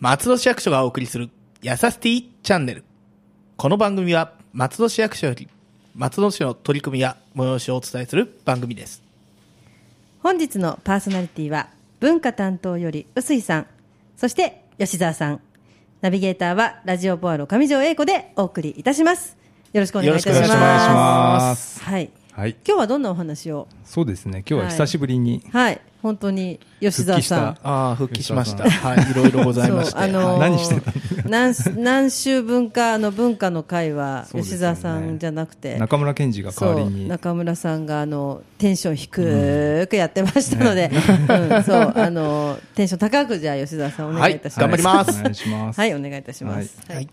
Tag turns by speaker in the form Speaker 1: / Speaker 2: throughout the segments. Speaker 1: 松戸市役所がお送りする「やさスティチャンネル」この番組は松戸市役所より松戸市の取り組みや催しをお伝えする番組です
Speaker 2: 本日のパーソナリティは文化担当より臼井さんそして吉澤さんナビゲーターはラジオボアロ上条英子でお送りいたしますよろしくお願いいたします
Speaker 1: よろしくお願いし
Speaker 3: ます
Speaker 2: はい
Speaker 3: はい。
Speaker 2: 今日はどんなお話を
Speaker 3: そうですね。今日は久しぶりに。
Speaker 2: はい本当に吉澤さん
Speaker 3: 復帰し
Speaker 1: ああ復帰しま したはいいろいろございまして
Speaker 2: そうあのー
Speaker 3: 何して
Speaker 2: 何し何週文化の文化の会は
Speaker 3: そうですよ
Speaker 2: 吉
Speaker 3: ね
Speaker 2: 澤さんじゃなくて、
Speaker 3: 中村健二が代わり
Speaker 2: そう
Speaker 3: に。
Speaker 2: 中村さんがあのテンション低くやってましたので、うんそうあのテンション高くじゃあ吉澤さんお願いいたします。
Speaker 1: 頑張ります
Speaker 3: お願いします。
Speaker 2: はい、お願いいたします。
Speaker 1: はい
Speaker 2: はい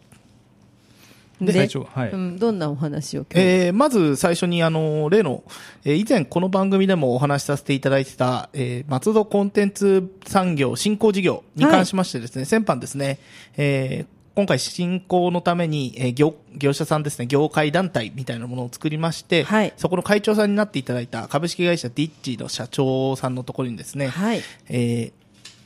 Speaker 3: で最初はい
Speaker 2: うんどんなお話を今日
Speaker 1: えーまず最初にあの例の、えー以前この番組でもお話しさせていただいてた、えー松戸コンテンツ産業振興事業に関しましてですね、先般ですね、えー今回振興のために、えー業業者さんですね業界団体みたいなものを作りまして、
Speaker 2: はい
Speaker 1: そこの会長さんになっていただいた株式会社ディッチの社長さんのところにですね、
Speaker 2: はい
Speaker 1: えー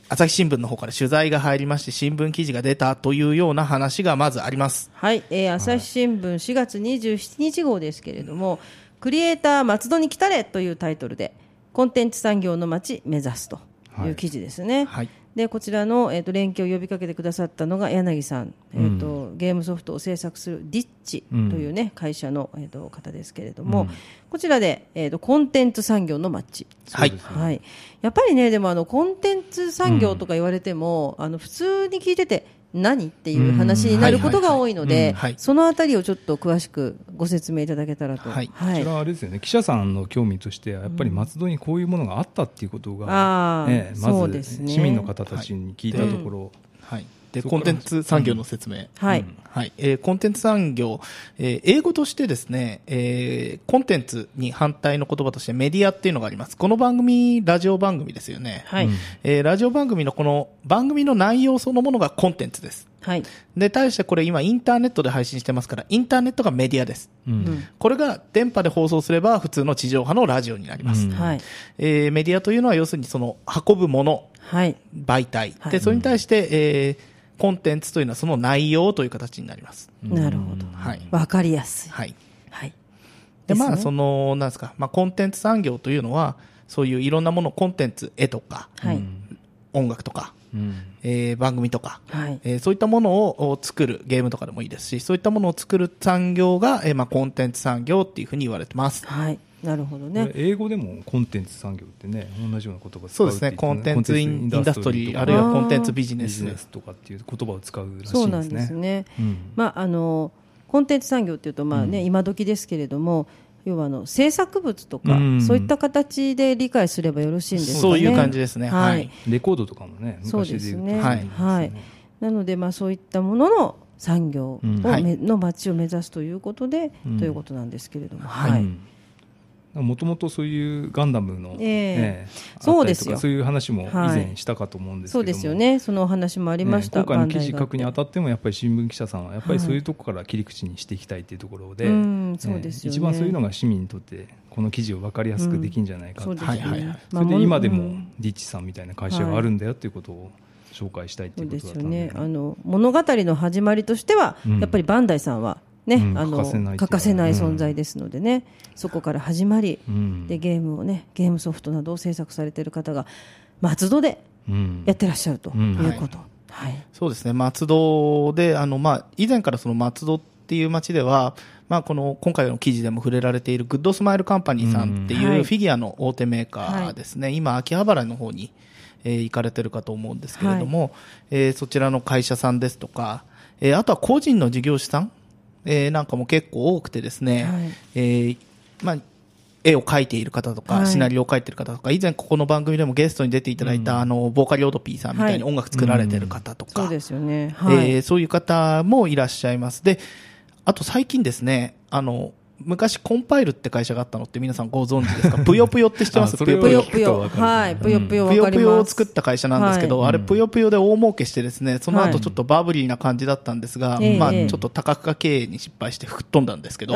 Speaker 1: 朝日新聞の方から取材が入りまして新聞記事が出たというような話がまずあります。
Speaker 2: はい、えー朝日新聞4月27日号ですけれども、クリエイター松戸に来たれというタイトルで、コンテンツ産業の街目指すという記事ですね。
Speaker 1: はい
Speaker 2: でこちらの、えー、と連携を呼びかけてくださったのが柳さん、えーとゲームソフトを制作するディッチという、ね会社の、えー、と方ですけれども、こちらで、えー、とコンテンツ産業の街
Speaker 1: はい
Speaker 2: はい、やっぱりねでもあのコンテンツ産業とか言われても、あの普通に聞いてて何っていう話になることが多いの
Speaker 1: うん
Speaker 2: で
Speaker 1: はい
Speaker 2: そのあたりをちょっと詳しくご説明いただけたらと。
Speaker 1: はい
Speaker 3: こちらはあれですよね、記者さんの興味としては、やっぱり松戸にこういうものがあったっていうこと
Speaker 2: あ
Speaker 3: が
Speaker 2: ー、
Speaker 3: ええ
Speaker 2: そ
Speaker 3: ま
Speaker 2: うです
Speaker 3: ず
Speaker 2: ね
Speaker 3: 市民の方たちに聞いたところ、
Speaker 1: はい、で
Speaker 3: そ
Speaker 1: コ
Speaker 3: こ
Speaker 1: ン
Speaker 3: から
Speaker 1: テンツ産業の説明、
Speaker 2: はい
Speaker 1: はいえーコンテンツ産業、えー英語としてですね、えーコンテンツに反対の言葉としてメディアっていうのがあります、この番組、ラジオ番組ですよね、
Speaker 2: はい
Speaker 1: えーラジオ番組のこの番組の内容そのものがコンテンツです、
Speaker 2: はい
Speaker 1: で対してこれ、今、インターネットで配信してますから、インターネットがメディアです、
Speaker 3: うん
Speaker 1: これが電波で放送すれば、普通の地上波のラジオになります。
Speaker 3: うん
Speaker 2: はい
Speaker 1: えーメディアというのは要するにその運ぶもの
Speaker 2: はい
Speaker 1: 媒体、
Speaker 2: はい
Speaker 1: でそれに対して、えーコンテンツというのはその内容という形になります。
Speaker 2: なるほど
Speaker 1: はい
Speaker 2: わかりやすい。
Speaker 1: はい、
Speaker 2: はい
Speaker 1: で
Speaker 2: ですね
Speaker 1: まあそのなんですか、まあ、コンテンツ産業というのはそういういろんなものコンテンツ絵とか
Speaker 2: はい
Speaker 1: 音楽とか、
Speaker 3: うん
Speaker 1: えー番組とか、
Speaker 2: はい
Speaker 1: えーそういったものをお作るゲームとかでもいいですしそういったものを作る産業が、えーまあ、コンテンツ産業っていうふうに言われてます。
Speaker 2: はいなるほど
Speaker 3: これ
Speaker 2: ね。
Speaker 3: 英語でもコンテンツ産業ってね、同じような言葉使
Speaker 1: そう
Speaker 3: う
Speaker 1: で
Speaker 3: って
Speaker 1: すね
Speaker 3: 言って
Speaker 1: コンテンツインインダストリーあるい
Speaker 3: は
Speaker 1: は
Speaker 2: あー
Speaker 1: コンテンツビジネ
Speaker 3: ビ
Speaker 1: ス
Speaker 3: ジネスとかっていう言葉を使うらしいですね。
Speaker 2: そうなんですね。
Speaker 3: うん
Speaker 2: まああのコンテンツ産業っていうとまあね、今時ですけれども。要はあの制作物とか、
Speaker 3: うん
Speaker 2: そういった形で理解すればよろしいんですかね。
Speaker 1: そういう感じですねはい
Speaker 3: レコードとかもね、
Speaker 2: そう
Speaker 3: 昔で
Speaker 2: で
Speaker 3: 言
Speaker 2: す
Speaker 3: うと
Speaker 2: ね。
Speaker 1: は
Speaker 2: はいい、なので、まあ、そういったものの産業を、
Speaker 3: うん
Speaker 1: はい
Speaker 2: めの街を目指すということで、
Speaker 3: うん
Speaker 2: ということなんですけれども。はい。
Speaker 3: もともとそういうガンダムの、
Speaker 2: ええ
Speaker 3: ええ
Speaker 2: そう
Speaker 3: あったりとか
Speaker 2: ですよ
Speaker 3: そういう話も以
Speaker 2: はい
Speaker 3: 前したかと思うんですけ
Speaker 2: そ
Speaker 3: ども、
Speaker 2: うですよね。そのお話もありました。
Speaker 3: ね今回の
Speaker 2: バンダイ
Speaker 3: 記事
Speaker 2: が
Speaker 3: 書くにあたってもやっぱり新聞記者さんはやっぱりそういうとこから切り口にしていきたいというところで,、
Speaker 2: うんそうですよね
Speaker 3: 一番そういうのが市民にとってこの記事を分かりやすくできるんじゃないかって、
Speaker 2: そうですよね。
Speaker 1: はいはいはい
Speaker 3: それで今で
Speaker 2: う
Speaker 3: も
Speaker 2: ん
Speaker 3: リッチさんみたいな会社があるんだよっていうことを紹介したいって
Speaker 2: そ
Speaker 3: いううこ
Speaker 2: で
Speaker 3: と
Speaker 2: す
Speaker 3: だ
Speaker 2: よ
Speaker 3: ったんで
Speaker 2: ねあの物語の始まりとしては、
Speaker 3: うん
Speaker 2: やっぱりバンダイさんは、ね
Speaker 3: うん
Speaker 2: あの
Speaker 3: 欠かせない
Speaker 2: 欠かせない存在ですのでね、そこから始まり、
Speaker 3: うん
Speaker 2: でゲームをねゲームソフトなどを制作されている方が松戸で
Speaker 3: うん
Speaker 2: やってらっしゃると
Speaker 3: うん
Speaker 2: いうこと、はい
Speaker 1: そうですね、松戸で、あのまあ、以前からその松戸っていう街では、まあ、この今回の記事でも触れられているグッドスマイルカンパニーさんって
Speaker 2: うん
Speaker 1: い
Speaker 2: は
Speaker 1: う
Speaker 2: い
Speaker 1: フィギュアの大手メーカーですね、今、秋葉原の方に、えー行かれてるかと思うんですけれども、えーそちらの会社さんですとか、えーあとは個人の事業者さん、えーなんかも結構多くてですね、
Speaker 2: はい
Speaker 1: えーまあ、絵を描いている方とか、
Speaker 2: はい
Speaker 1: シナリオを描いている方とか、以前ここの番組でもゲストに出ていただいた、あの、ボーカリオドピーさんみたいに
Speaker 2: はい
Speaker 1: 音楽作られてる方とか、
Speaker 2: そうですよねはい、
Speaker 1: えーそういう方もいらっしゃいます。で、あと最近ですね、あの、昔コンパイルって会社があったのって皆さんご存知 ですかぷよぷよって知ってま
Speaker 3: あ
Speaker 1: す
Speaker 3: そ
Speaker 1: ぷ
Speaker 3: れ
Speaker 1: よ
Speaker 3: を
Speaker 1: ぷ
Speaker 2: ぷ
Speaker 1: よ
Speaker 2: よ
Speaker 3: 聞
Speaker 2: ぷよ。
Speaker 3: くとわかる
Speaker 2: はい、ぷよぷ
Speaker 1: ぷ
Speaker 2: よわか
Speaker 1: よぷ
Speaker 2: ります。
Speaker 1: よを作った会社なんですけど、
Speaker 3: はい
Speaker 1: あれ
Speaker 3: うん
Speaker 1: ぷよぷよで大儲けしてですね、その後ちょっとバブリーな感じだったんですが、
Speaker 2: はい
Speaker 1: まあ
Speaker 2: ええ
Speaker 1: ちょっと多角化経営に失敗して吹っ飛んだんです けど、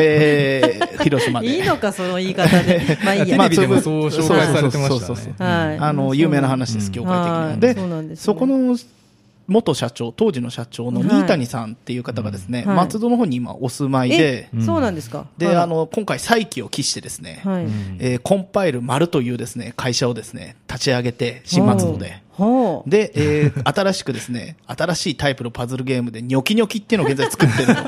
Speaker 1: えー広島で。
Speaker 2: いいのか、その言い方で。まあいいや。
Speaker 1: ま
Speaker 3: まあ
Speaker 1: あ
Speaker 3: テレビでもそう紹介されてま
Speaker 1: そう
Speaker 3: し
Speaker 1: そ
Speaker 3: た
Speaker 1: うそうそう
Speaker 3: ね。
Speaker 2: はい。
Speaker 1: あの、有名な話です、業界的
Speaker 2: はい
Speaker 1: な。で
Speaker 2: そうなんですね
Speaker 1: そこの元社長、当時の社長の新谷さんっていう方がですね、
Speaker 2: はいはい
Speaker 1: 松戸の方に今お住まい
Speaker 2: え
Speaker 1: で、、
Speaker 2: そうなんですか。
Speaker 1: で、
Speaker 2: はい
Speaker 1: あ、の、今回再起を期してですね、
Speaker 2: はい。
Speaker 1: えーコンパイル丸というですね、会社をですね、立ち上げて、新松戸で。
Speaker 2: ほう。
Speaker 1: で、えー新しくですね、新しいタイプのパズルゲームで、ニョキニョキっていうのを現在作ってると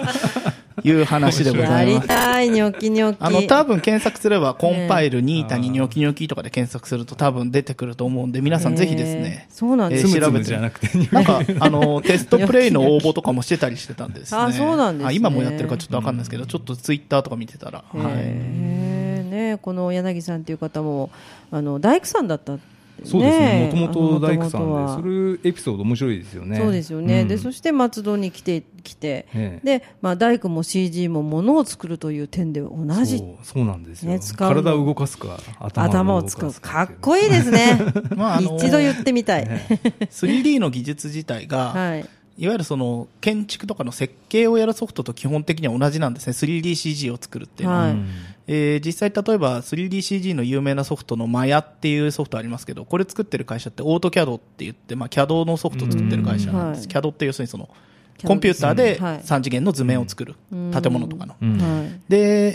Speaker 1: いう話でござ
Speaker 2: や
Speaker 1: い
Speaker 2: り
Speaker 1: ます。
Speaker 2: たい、ニョキニョキ。
Speaker 1: あの、多分検索すれば、コンパイル、ニータにニョキニョキとかで検索すると多分出てくると思うんで、皆さんぜひですね
Speaker 2: えー、そうなんです
Speaker 1: えー
Speaker 3: つむつむ
Speaker 1: 調
Speaker 3: じゃ
Speaker 1: べ
Speaker 3: な
Speaker 1: て。
Speaker 3: くて、
Speaker 1: なん か、あの、テストプレイの応募とかもしてたりしてたんですね。
Speaker 2: あそうなんですね
Speaker 1: あ今もやってるかちょっとわかんないですけど、ちょっとツイッターとか見てたら、はい。
Speaker 2: へーね、この柳さんという方もあの大工さんだった、ね、
Speaker 3: そうですね。もともと大工さ
Speaker 2: あの元々は
Speaker 3: んで、それエピソード面白いですよね。
Speaker 2: そうですよね、
Speaker 3: うん
Speaker 2: でそして松戸に来て来て、
Speaker 3: ええ
Speaker 2: でまあ、大工も CG もものを作るという点では同じ
Speaker 3: そうそうなんですよ、
Speaker 2: ね使うの
Speaker 3: 体を動かすか頭
Speaker 2: 頭
Speaker 3: を
Speaker 2: を
Speaker 3: 動
Speaker 2: 使
Speaker 3: か
Speaker 2: う
Speaker 3: す
Speaker 2: かっ
Speaker 3: い
Speaker 2: こいいですね
Speaker 1: まああの
Speaker 2: 一度言ってみたい、
Speaker 1: 3D の技術自体が、
Speaker 2: はい、
Speaker 1: いわゆるその建築とかの設計をやるソフトと基本的には同じなんですね。3DCG を作るっていうのは。
Speaker 2: はい
Speaker 1: えー実際例えば 3DCG の有名なソフトのマヤっていうソフトありますけど、これ作ってる会社ってオートキャドって言って、まあ CAD のソフトを作ってる会社なんです。
Speaker 2: うん
Speaker 1: キャドって要するにその、
Speaker 2: CAD
Speaker 1: コンピューターで
Speaker 2: ですねはい
Speaker 1: 3次元の図面を作る。
Speaker 2: うん
Speaker 1: 建物とかの。
Speaker 3: うん
Speaker 2: はい
Speaker 1: で、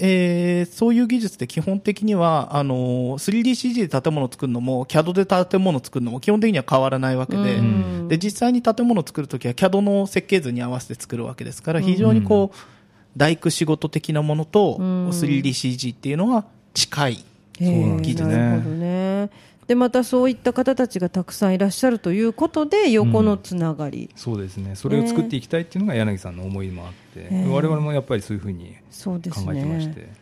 Speaker 1: えーそういう技術って基本的には、あのー 3DCG で建物を作るのも、CAD で建物を作るのも基本的には変わらないわけで、
Speaker 2: うん
Speaker 1: で、実際に建物を作るときは CAD の設計図に合わせて作るわけですから、非常にこう、大工仕事的なものと、
Speaker 2: うん
Speaker 1: 3DCG っていうのは近い。
Speaker 2: へー
Speaker 3: そうなんですね
Speaker 2: なるほどねでまたそういった方たちがたくさんいらっしゃるということで横のつながり、
Speaker 3: そうですねそれを作っていきたいっていうのが柳さんの思いもあって、
Speaker 2: え
Speaker 3: 我々もやっぱりそういうふうに
Speaker 2: そうで
Speaker 3: 考
Speaker 2: す
Speaker 3: えてまして、
Speaker 2: ね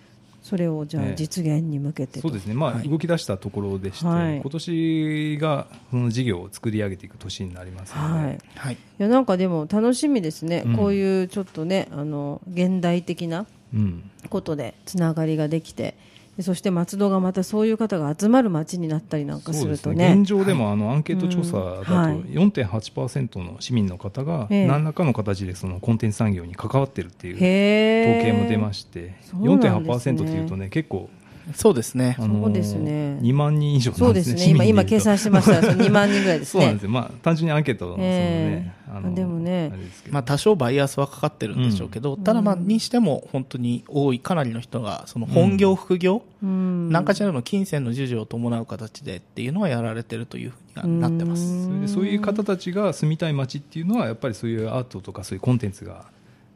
Speaker 2: それをじゃあ
Speaker 3: ええ
Speaker 2: 実現に向けてと
Speaker 3: そうですね、まあ
Speaker 1: はい
Speaker 3: 動き出したところでして、
Speaker 2: はい
Speaker 3: 今年がその事業を作り上げていく年になりますので、
Speaker 2: はい
Speaker 1: はい。
Speaker 2: いやなんかでも楽しみですね、
Speaker 3: うん
Speaker 2: こういうちょっとねあの現代的な
Speaker 3: うん
Speaker 2: ことでつながりができてでそして松戸がまたそういう方が集まる街になったりなんかするとね
Speaker 3: 現状でもあのアンケート調査だと
Speaker 2: はい
Speaker 3: 4.8%の市民の方が
Speaker 2: ええ
Speaker 3: 何らかの形でそのコンテンツ産業に関わってるっていう統
Speaker 2: へ
Speaker 3: 計も出ま
Speaker 2: し
Speaker 3: して
Speaker 2: そうなんですね
Speaker 3: 4.8%っていうとね結構
Speaker 1: そうですね。
Speaker 3: あの
Speaker 2: そうですね
Speaker 3: 2万人以上
Speaker 2: そ
Speaker 3: な
Speaker 2: うんで
Speaker 3: ですすね
Speaker 2: ね今今計算
Speaker 3: し
Speaker 2: し ました2万人ぐらいです
Speaker 3: そうなん
Speaker 2: ね
Speaker 3: ですよまあ単純にアンケートのそのね、
Speaker 2: ええ
Speaker 3: あの
Speaker 2: でもね
Speaker 3: あれですけど
Speaker 1: まあ多少バイアスはかかってるんでしょうけど、ただまあにしても本当に多い、かなりの人が、その本業、副業、
Speaker 2: うん
Speaker 1: 何かしらの金銭の授受を伴う形でっていうのはやられてるというふうになってます。
Speaker 2: うん
Speaker 3: それでそういう方たちが住みたい街っていうのはやっぱりそういうアートとかそういうコンテンツが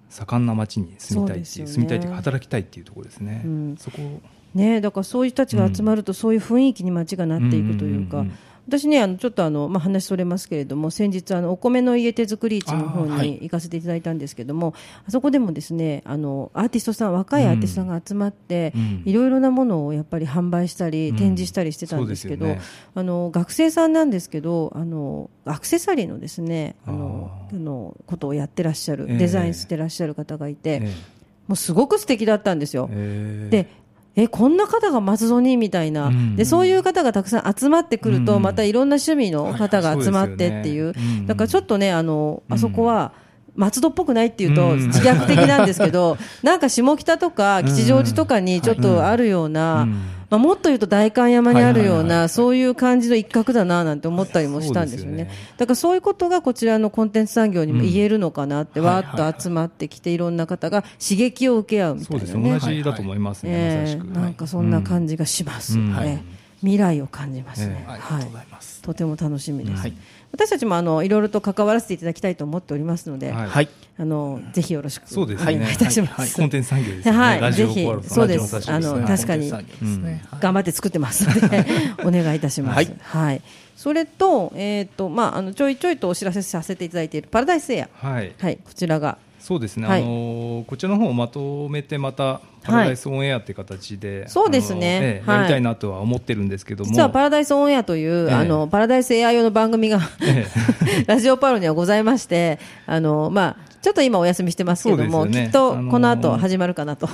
Speaker 3: 盛んな街に住みたいって
Speaker 2: そ
Speaker 3: いうう
Speaker 2: ですよね
Speaker 3: 住みたいというか働きたいっていうところですね、
Speaker 2: うん
Speaker 3: そこを
Speaker 2: ね、だからそういう人たちが集まると、そういう雰囲気に街がなっていくというか、
Speaker 3: うんうんうんうん
Speaker 2: 私ね、あのちょっとあの、まあ、話それますけれども、先日、あのお米の家手作り市の方
Speaker 1: あーはい
Speaker 2: に行かせていただいたんですけども、あ,、そこでもですねあのアーティストさん、若いアーティストさんが集まって、
Speaker 3: うん
Speaker 2: いろいろなものをやっぱり販売したり、
Speaker 3: うん
Speaker 2: 展示したりしてたんですけど、
Speaker 3: そうです
Speaker 2: あの学生さんなんですけど、あのアクセサリーのですねあのあ
Speaker 3: あ
Speaker 2: のことをやってらっしゃる、
Speaker 3: ええ
Speaker 2: デザインしてらっしゃる方がいて、
Speaker 3: え
Speaker 2: もうすごく素敵だったんですよ。
Speaker 3: え
Speaker 2: でえこんな方が松戸にみたいな、
Speaker 3: うん
Speaker 2: でそういう方がたくさん集まってくると、
Speaker 3: うん
Speaker 2: またいろんな趣味の方が集まってっていう、
Speaker 3: はいそうですよねうん
Speaker 2: だからちょっとねあの、あそこは松戸っぽくないっていうと
Speaker 3: うん
Speaker 2: 自虐的なんですけど、 なんか下北とか吉祥寺とかにちょっとあるような、
Speaker 3: うん
Speaker 2: まあ、もっと言うと代官山にあるような、
Speaker 3: はいはいはいはい
Speaker 2: そういう感じの一角だななんて思ったりもしたんですよね
Speaker 3: そうですよね
Speaker 2: だからそういうことがこちらのコンテンツ産業にも言えるのかなって、
Speaker 1: うん
Speaker 2: わーっと集まってきて、いろんな方が刺激を受け合うみた
Speaker 3: そ
Speaker 2: いうな、
Speaker 3: で
Speaker 2: ね、
Speaker 3: すね同じだと思いますね、
Speaker 2: え
Speaker 3: まさし
Speaker 2: え
Speaker 3: く
Speaker 2: なんかそんな感じがします、
Speaker 3: うん
Speaker 1: はい
Speaker 2: ね未来を感じますね、
Speaker 3: ええ
Speaker 1: ありが
Speaker 2: は
Speaker 1: とう
Speaker 2: い
Speaker 1: ございます。
Speaker 2: とても楽しみです、
Speaker 1: はい
Speaker 2: 私たちもあのいろいろと関わらせていただきたいと思っておりますので、
Speaker 3: はい
Speaker 1: はい。
Speaker 2: あのぜひよろしく
Speaker 3: そうです
Speaker 2: お
Speaker 3: ね
Speaker 2: 願いいたします、
Speaker 3: はいコンテンツ産業ですよね、
Speaker 2: はい
Speaker 3: ラジオ
Speaker 2: ぜひ
Speaker 3: コアルと
Speaker 2: そうです
Speaker 3: ラジオ雑誌
Speaker 2: あの
Speaker 3: はい
Speaker 2: 確かに
Speaker 1: コンテンツ産業ですねはい
Speaker 2: 頑張って作ってます のでお願いいたします。は
Speaker 1: はいい、
Speaker 2: それと,、えーとまあ、あのちょいちょいとお知らせさせていただいているパラダイスエア、
Speaker 3: はい
Speaker 2: はい、こちらが、
Speaker 3: そうですね、
Speaker 2: はい
Speaker 3: あのこちらの方をまとめてまたパラダイスオンエアって形で、
Speaker 2: そうですね
Speaker 3: あのええ
Speaker 2: はい
Speaker 3: やりたいなとは思ってるんですけども
Speaker 2: 実はパラダイスオンエアという、
Speaker 3: ええ
Speaker 2: あのパラダイスエア用の番組 が
Speaker 3: え
Speaker 2: ラジオパロにはございましてあの、まあ、ちょっと今お休みしてますけども、
Speaker 3: そうですよね
Speaker 2: きっと
Speaker 3: あのー
Speaker 2: この後始まるかなと、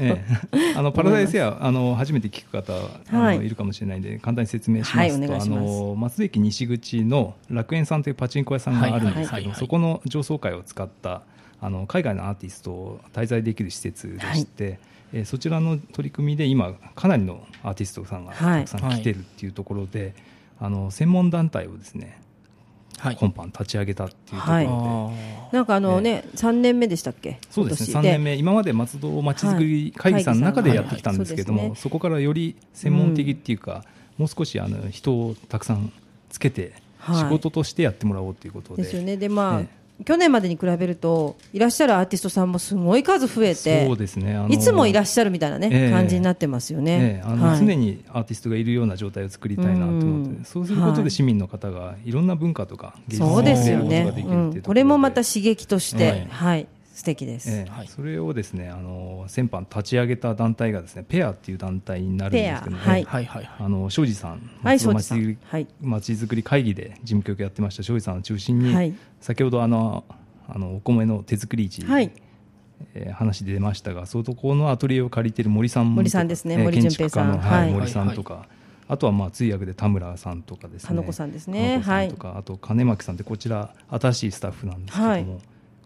Speaker 3: え えあのパラダイスエアあの初めて聞く方あの、
Speaker 2: はい
Speaker 3: い、るかもしれないんで簡単に説明しますと、
Speaker 2: はいお願いし
Speaker 3: あ
Speaker 2: ます
Speaker 3: の松駅西口の楽園さんというパチンコ屋さんがあるんです
Speaker 1: は
Speaker 3: けど、
Speaker 1: いはいはいはい
Speaker 3: そこの上層階を使ったあの海外のアーティストを滞在できる施設でして、えーそちらの取り組みで今かなりのアーティストさんが
Speaker 2: はい
Speaker 3: たくさん来てるっていうところで、あの専門団体をですね
Speaker 1: はい。
Speaker 3: 今般立ち上げたっていうところ
Speaker 2: は
Speaker 3: で。
Speaker 2: い
Speaker 1: あ
Speaker 2: なんかあの、ね3年目でしたっけ、
Speaker 3: そうですね
Speaker 2: 今
Speaker 3: 3
Speaker 2: 年
Speaker 3: 年目、今まで松戸まちづくり会議さんの中でやってきたんですけど
Speaker 2: はい
Speaker 3: も、
Speaker 2: はい
Speaker 3: そこからより専門的っていうか、もう少しあの人をたくさんつけて、
Speaker 2: はい
Speaker 3: 仕事としてやってもらおうということで。
Speaker 2: ですよねでまあ、
Speaker 3: え
Speaker 2: 去年までに比べるといらっしゃるアーティストさんもすごい数増えて
Speaker 3: そうですね、あの
Speaker 2: いつもいらっしゃるみたいなね、
Speaker 3: ええ
Speaker 2: 感じになってますよね
Speaker 3: ええ。あの
Speaker 2: はい
Speaker 3: 常にアーティストがいるような状態を作りたいなと思って、
Speaker 2: うん
Speaker 3: そうすること
Speaker 2: はい
Speaker 3: で市民の方がいろんな文化とか芸術
Speaker 2: そうですよ
Speaker 3: を見る
Speaker 2: ね
Speaker 3: ことができるってい
Speaker 2: うん、
Speaker 3: うところで
Speaker 2: これもまた刺激として、は
Speaker 1: はいい、
Speaker 2: 素敵です。
Speaker 3: ええ
Speaker 1: はい
Speaker 3: それをですねあの先般立ち上げた団体がですねペアっていう団体になるんですけども、
Speaker 2: ペアはい
Speaker 1: はいはいはい。
Speaker 3: あの庄司さん、
Speaker 2: はい
Speaker 3: 松戸
Speaker 2: 庄司さん
Speaker 3: まち
Speaker 2: はい
Speaker 3: まちづくり会議で事務局やってました庄司さんを中心に、
Speaker 2: はい
Speaker 3: 先ほどあのあのお米の手作り市、
Speaker 2: はい
Speaker 3: えー話出ましたが、そこのアトリエを借りている森さんとか
Speaker 2: 森さんですね
Speaker 3: えー
Speaker 2: 森純平さん
Speaker 3: 建築家の、はい
Speaker 2: はい
Speaker 3: 森さんとか、あとはまあ通訳で田村さんとかですね、
Speaker 2: 田之子さんですね
Speaker 3: 田之子さんとか、あと金巻さんってこちら新しいスタッフなんですけども。
Speaker 2: はい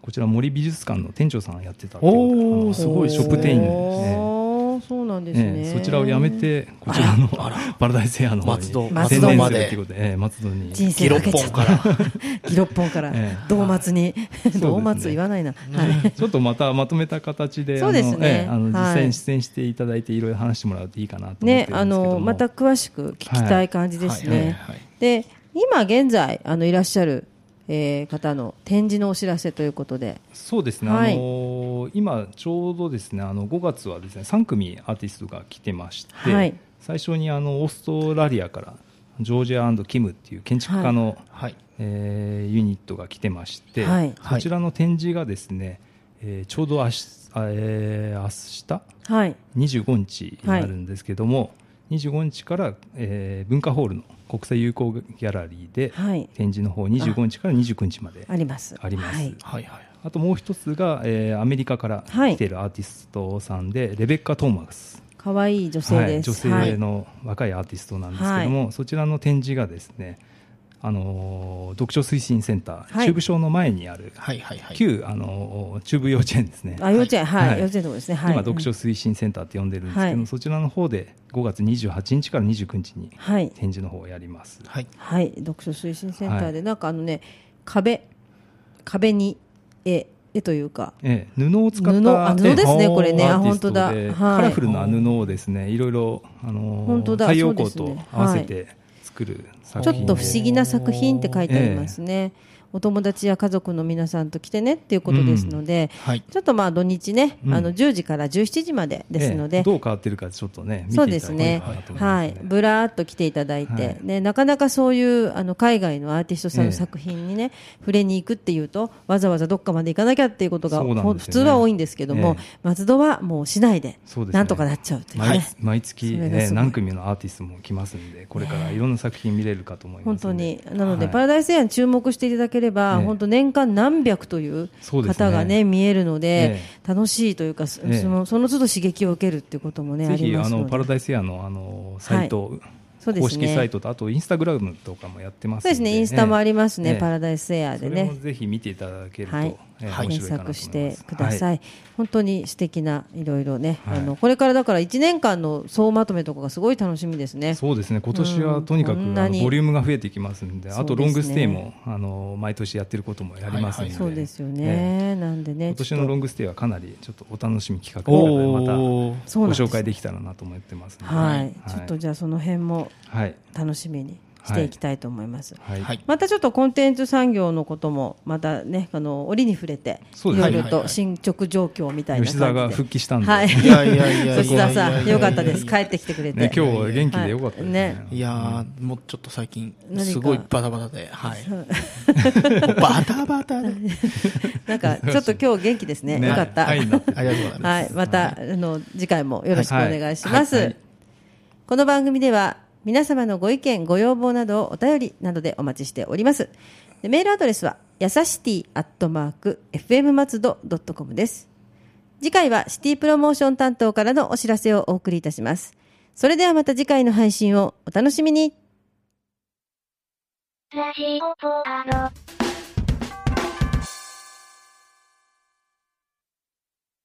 Speaker 3: こちら森美術館の店長さんやってたっていう
Speaker 1: おー
Speaker 3: あの
Speaker 1: すごい
Speaker 3: ショップ店員ですね
Speaker 2: おーそうなんです
Speaker 3: え
Speaker 2: ね、
Speaker 3: えそちらを辞めてこちらの パラダイスエアの方に
Speaker 1: 松戸
Speaker 2: 松戸ま
Speaker 3: 専
Speaker 1: で
Speaker 3: 念するということで、ええ松戸に
Speaker 2: 人生
Speaker 1: ギロ
Speaker 2: かけ
Speaker 1: ッ
Speaker 2: ち
Speaker 1: ポ
Speaker 2: ゃっ
Speaker 1: ン
Speaker 2: た
Speaker 1: から。
Speaker 2: ギロッポンから
Speaker 3: ええ
Speaker 2: 同末に
Speaker 3: ね
Speaker 2: 同末言わないな、はい
Speaker 3: ちょっとまたまとめた形で、
Speaker 2: そうですね
Speaker 3: あの、ええあの実
Speaker 2: は
Speaker 3: 際
Speaker 2: い
Speaker 3: に出演していただいていろいろ話してもらうといいかなと思ってるんで
Speaker 2: ね
Speaker 3: すけど
Speaker 2: あ
Speaker 3: も、
Speaker 2: のまた詳しく聞きたい感じです
Speaker 1: は
Speaker 2: ね、
Speaker 1: いはいはい
Speaker 2: で今現在あのいらっしゃる、えー方の展示のお知らせということで
Speaker 3: そうですね、
Speaker 2: はい
Speaker 3: あの今ちょうどですねあの5月はですね3組アーティストが来てまして、
Speaker 2: はい
Speaker 3: 最初にあのオーストラリアからジョージアキムっていう建築家の、
Speaker 1: はい。
Speaker 3: えーユニットが来てまして、
Speaker 2: はい
Speaker 1: はい
Speaker 3: こちらの展示がですね、えーちょうど明日,あ、えー
Speaker 2: はい
Speaker 3: 明日25日になるんですけども、25日から、えー文化ホールの国際友好ギャラリーで、
Speaker 2: はい
Speaker 3: 展示の方25日から29日まで
Speaker 2: あります
Speaker 3: あります
Speaker 2: はい
Speaker 1: はいはい。
Speaker 3: あともう一つが、えーアメリカから来ているアーティストさんで、レベッカ・トーマス
Speaker 2: 可愛い女性です、
Speaker 3: はい、女性の若いアーティストなんですけども、そちらの展示がですね、あのー読書推進センター、
Speaker 2: はい
Speaker 3: 中部省の前にある
Speaker 1: はいはいはい。
Speaker 3: 旧、あのー中部幼稚園ですね、
Speaker 2: はい、あ幼稚園はい、
Speaker 3: はい
Speaker 2: 幼稚園のとこですねはい
Speaker 3: 今読書推進センターって呼んでるんですけども、
Speaker 2: はい
Speaker 3: そちらの方で5月28日から29日に
Speaker 2: はい
Speaker 3: 展示の方をやります、
Speaker 1: はい。
Speaker 2: はい、読書推進センターで、
Speaker 3: は
Speaker 2: なんかあのね、壁、壁に絵、絵というか、
Speaker 3: ええ、布を使った
Speaker 2: 布あ布ですね
Speaker 3: ええ
Speaker 2: これね
Speaker 3: アーテ
Speaker 2: あ
Speaker 3: ィ
Speaker 2: 本
Speaker 3: ス
Speaker 2: 当
Speaker 3: ト
Speaker 2: だ
Speaker 3: で
Speaker 2: はい
Speaker 3: カラフルな布をですねいろいろ、あのー
Speaker 2: 本当だ
Speaker 3: 太陽光
Speaker 2: そうです
Speaker 3: と
Speaker 2: ね
Speaker 3: 合わせて作る作
Speaker 2: ちょ
Speaker 3: 品
Speaker 2: っ
Speaker 3: で
Speaker 2: と不思議な作品って書いてありますね。お友達や家族の皆さんと来てねっていうことですので、
Speaker 1: はい。
Speaker 2: ちょっとまあ土日ね、
Speaker 3: うん
Speaker 2: あの10時から17時までですので、
Speaker 3: ええどう変わってるかちょっとね見
Speaker 2: そう
Speaker 3: て
Speaker 2: で
Speaker 3: いた
Speaker 2: す
Speaker 3: だけれ
Speaker 2: ね
Speaker 3: ばなと、思いま
Speaker 2: は
Speaker 3: す
Speaker 2: い
Speaker 3: ね、
Speaker 2: ぶらーっと来ていただいて、
Speaker 3: はい
Speaker 2: ね、なかなかそういうあの海外のアーティストさんの
Speaker 3: ええ
Speaker 2: 作品にね、触れに行くっていうと、わざわざどっかまで行かなきゃっていうことが、
Speaker 3: そうなんです
Speaker 2: ほ
Speaker 3: よ
Speaker 2: ん
Speaker 3: ね
Speaker 2: 普通は多いんですけども、
Speaker 3: え
Speaker 2: 松戸はもう市内で
Speaker 3: そうですね
Speaker 2: なんとかなっちゃうというね、
Speaker 3: 毎毎月、
Speaker 2: それが
Speaker 3: ええ
Speaker 2: すごい
Speaker 3: 何組のアーティストも来ますんでこれからいろんな作品見れるかと思います
Speaker 2: 本
Speaker 3: んで
Speaker 2: 当に、なので、
Speaker 3: はい
Speaker 2: パラダイスエアに注目していただければ、
Speaker 3: ええ
Speaker 2: 本当、年間何百という
Speaker 3: そうですね
Speaker 2: 方がね、見えるので
Speaker 3: え、
Speaker 2: 楽しいというか、そ
Speaker 3: ええ
Speaker 2: そのその都度刺激を受けるっていうこともね、あ
Speaker 3: ぜ
Speaker 2: り
Speaker 3: ひ
Speaker 2: ま
Speaker 3: あ
Speaker 2: すの
Speaker 3: の
Speaker 2: で。
Speaker 3: パラダイスエアのあのサイト、
Speaker 2: そうですね
Speaker 3: 公式サイトとあとインスタグラムとかもやってますん
Speaker 2: そうですね、インスタもありますね、
Speaker 3: ええ
Speaker 2: パラダイスエアでね
Speaker 3: それ。もぜひ見ていただけると、
Speaker 2: はい
Speaker 3: えー面
Speaker 2: 検
Speaker 3: 白いかな
Speaker 2: 索
Speaker 3: と思います
Speaker 2: してください、
Speaker 3: は
Speaker 2: 本当に素敵ないろいろね、
Speaker 3: はい
Speaker 2: あのこれからだから1年間の総まとめとかがすごい楽しみですね
Speaker 3: そうですね今年はとにかく、
Speaker 2: うんこ
Speaker 3: あ
Speaker 2: ん
Speaker 3: の
Speaker 2: なに
Speaker 3: ボリュームが増えてきますんであ
Speaker 2: そう
Speaker 3: と
Speaker 2: ですね
Speaker 3: ロングステイもあの毎年やってることもやりますんで、
Speaker 1: はい
Speaker 2: そうですよね、
Speaker 3: えー
Speaker 2: なんでね
Speaker 3: 今年のロングステイはかなりちょっとお楽しみ企画
Speaker 1: お
Speaker 3: なので
Speaker 1: お。
Speaker 3: またご紹介できたらなと思ってますの
Speaker 2: ちょっ
Speaker 3: で
Speaker 2: とはい、
Speaker 3: はい
Speaker 2: ちょっとじゃあその辺も
Speaker 3: はい
Speaker 2: 楽しみにしていきたいと思います。
Speaker 3: はい
Speaker 1: はい
Speaker 2: またちょっとコンテンツ産業のこともまたねあの折に触れてい
Speaker 3: そうです
Speaker 2: ろ
Speaker 3: ね
Speaker 2: いろと進捗状況みたいな感じで
Speaker 3: 吉沢が復帰したんで
Speaker 2: はい
Speaker 1: いやいやいやいやいやいやいや
Speaker 2: 吉沢さんよかったです帰ってきてくれて、
Speaker 3: ね、今日は元気でよかったですね。
Speaker 2: はい
Speaker 1: いやー、もうちょっと最近、
Speaker 2: 何か
Speaker 1: すごいバタバタで、はい。もうバタバ タで。
Speaker 2: なんかちょっと今日元気ですね
Speaker 3: ね
Speaker 2: よかった、
Speaker 3: はいはいなってる
Speaker 1: ありがとうございます。
Speaker 2: はい、また、あの次回もよろしくお願いします、
Speaker 3: はいはい
Speaker 2: この番組では皆様のご意見ご要望などをお便りなどでお待ちしておりますでメールアドレスはやさしティアットマーク FM 松戸ドットコムです次回はシティプロモーション担当からのお知らせをお送りいたしますそれではまた次回の配信をお楽しみに
Speaker 4: ラジオポアド。